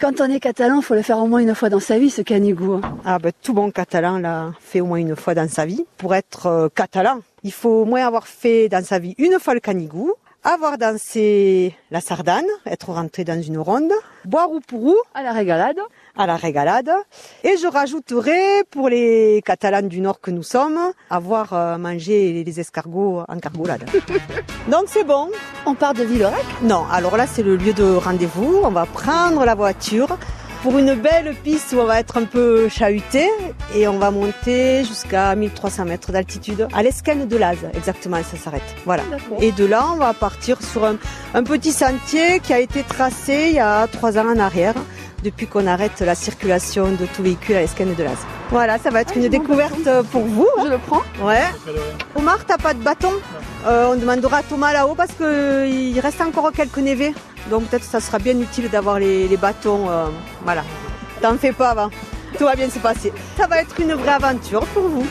Quand on est catalan, faut le faire au moins une fois dans sa vie, ce canigou. hein. Ah ben, tout bon catalan l'a fait au moins une fois dans sa vie. Pour être euh, catalan, il faut au moins avoir fait dans sa vie une fois le canigou, avoir dansé la sardane, être rentré dans une ronde, boire ou pourrou À la régalade. à la régalade. Et je rajouterai, pour les Catalans du Nord que nous sommes, avoir euh, mangé les escargots en cargolade. Donc c'est bon. On part de Villorec. Non, alors là c'est le lieu de rendez-vous. On va prendre la voiture pour une belle piste où on va être un peu chahuté et on va monter jusqu'à 1300 mètres d'altitude à l'escane de Laz. Exactement, ça s'arrête. Voilà. D'accord. Et de là, on va partir sur un, un petit sentier qui a été tracé il y a trois ans en arrière, depuis qu'on arrête la circulation de tout véhicule à l'escane de Laz. Voilà, ça va être Ah, une je m'en découverte pour vous. Je le prends. Ouais. Omar, t'as pas de bâton Euh, On demandera à Thomas là-haut parce que il reste encore quelques névés. Donc peut-être ça sera bien utile d'avoir les, les bâtons. euh, voilà. T'en fais pas avant. Tout va bien se passer. Ça va être une vraie aventure pour vous.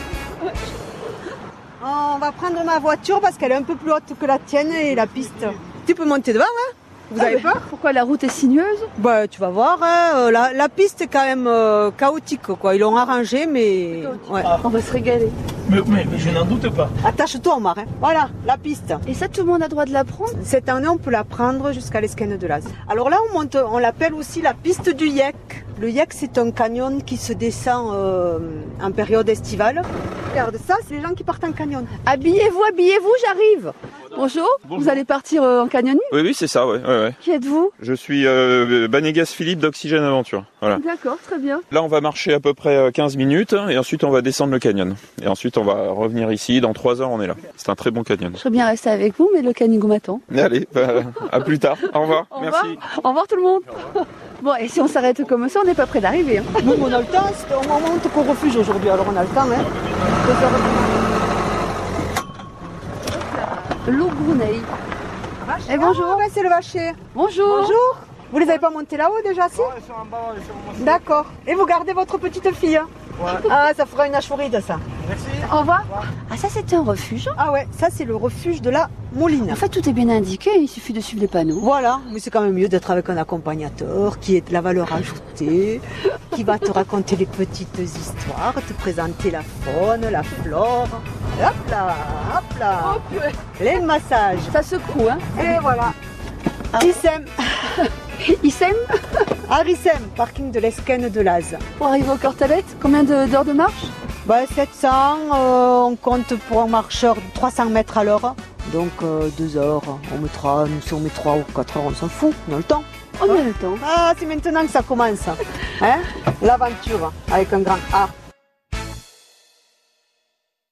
Oh, On va prendre ma voiture parce qu'elle est un peu plus haute que la tienne et la piste. Tu peux monter devant, hein Vous Ah avez ben, peur Pourquoi la route est sinueuse bah, tu vas voir, hein, euh, la, la piste est quand même euh, chaotique, quoi. Ils l'ont arrangée, mais. Ouais. On va se régaler. Mais, mais- mais je n'en doute pas. Attache-toi, Omar. hein. Voilà, la piste. Et ça, tout le monde a droit de la prendre Cette année, on peut la prendre jusqu'à l'escane de Laz. Alors là, on monte, on l'appelle aussi la piste du Yek. Le Yek, c'est un canyon qui se descend euh, en période estivale. Regarde ça, c'est les gens qui partent en canyon. Habillez-vous, habillez-vous, j'arrive. Bonjour. Vous allez partir euh, en canyoning Oui, oui, c'est ça, ouais, ouais, ouais. Qui êtes-vous Je suis euh, Banegas Philippe d'Oxygène Aventure. Voilà. D'accord, très bien. Là, on va marcher à peu près euh, 15 minutes et ensuite on va descendre le canyon. Et ensuite, on va revenir ici. Dans 3 heures, on est là. C'est un très bon canyon. Je serais bien rester avec vous, mais le canigou m'attend. Allez, bah, à plus tard. Au revoir. Au Merci. revoir. Au revoir tout le monde. Bon, et si on s'arrête comme ça, on n'est pas près d'arriver. hein. Nous, on a le temps, c'est- on monte qu'au refuge aujourd'hui, alors on a le temps. Hein, de faire- L'eau Brunei. Eh, bonjour. Ah, ben, c'est le vacher. Bonjour. Bonjour. Vous les avez pas montés là-haut déjà, si D'accord. Et vous gardez votre petite fille hein Ah, ça fera une achouride, ça. Au revoir. Ah, ça, c'était un refuge. Ah ouais, ça, c'est le refuge de la Moline. En fait, tout est bien indiqué, il suffit de suivre les panneaux. Voilà, mais c'est quand même mieux d'être avec un accompagnateur qui est de la valeur ajoutée, qui va te raconter les petites histoires, te présenter la faune, la flore. Hop là, hop Oh, là, les massages. Ça secoue, hein Et voilà. Harissem, Ils s'aiment Harissem, parking de l'Esquenne de Laz. pour arriver au Cortalet Combien de- d'heures de marche Bah, 700, euh, on compte pour un marcheur 300 mètres à l'heure. Donc 2 heures, on mettra, si on met 3 ou 4 heures, on s'en fout, on a le temps. On a le temps. Ah, c'est maintenant que ça commence. Hein L'aventure avec un grand A.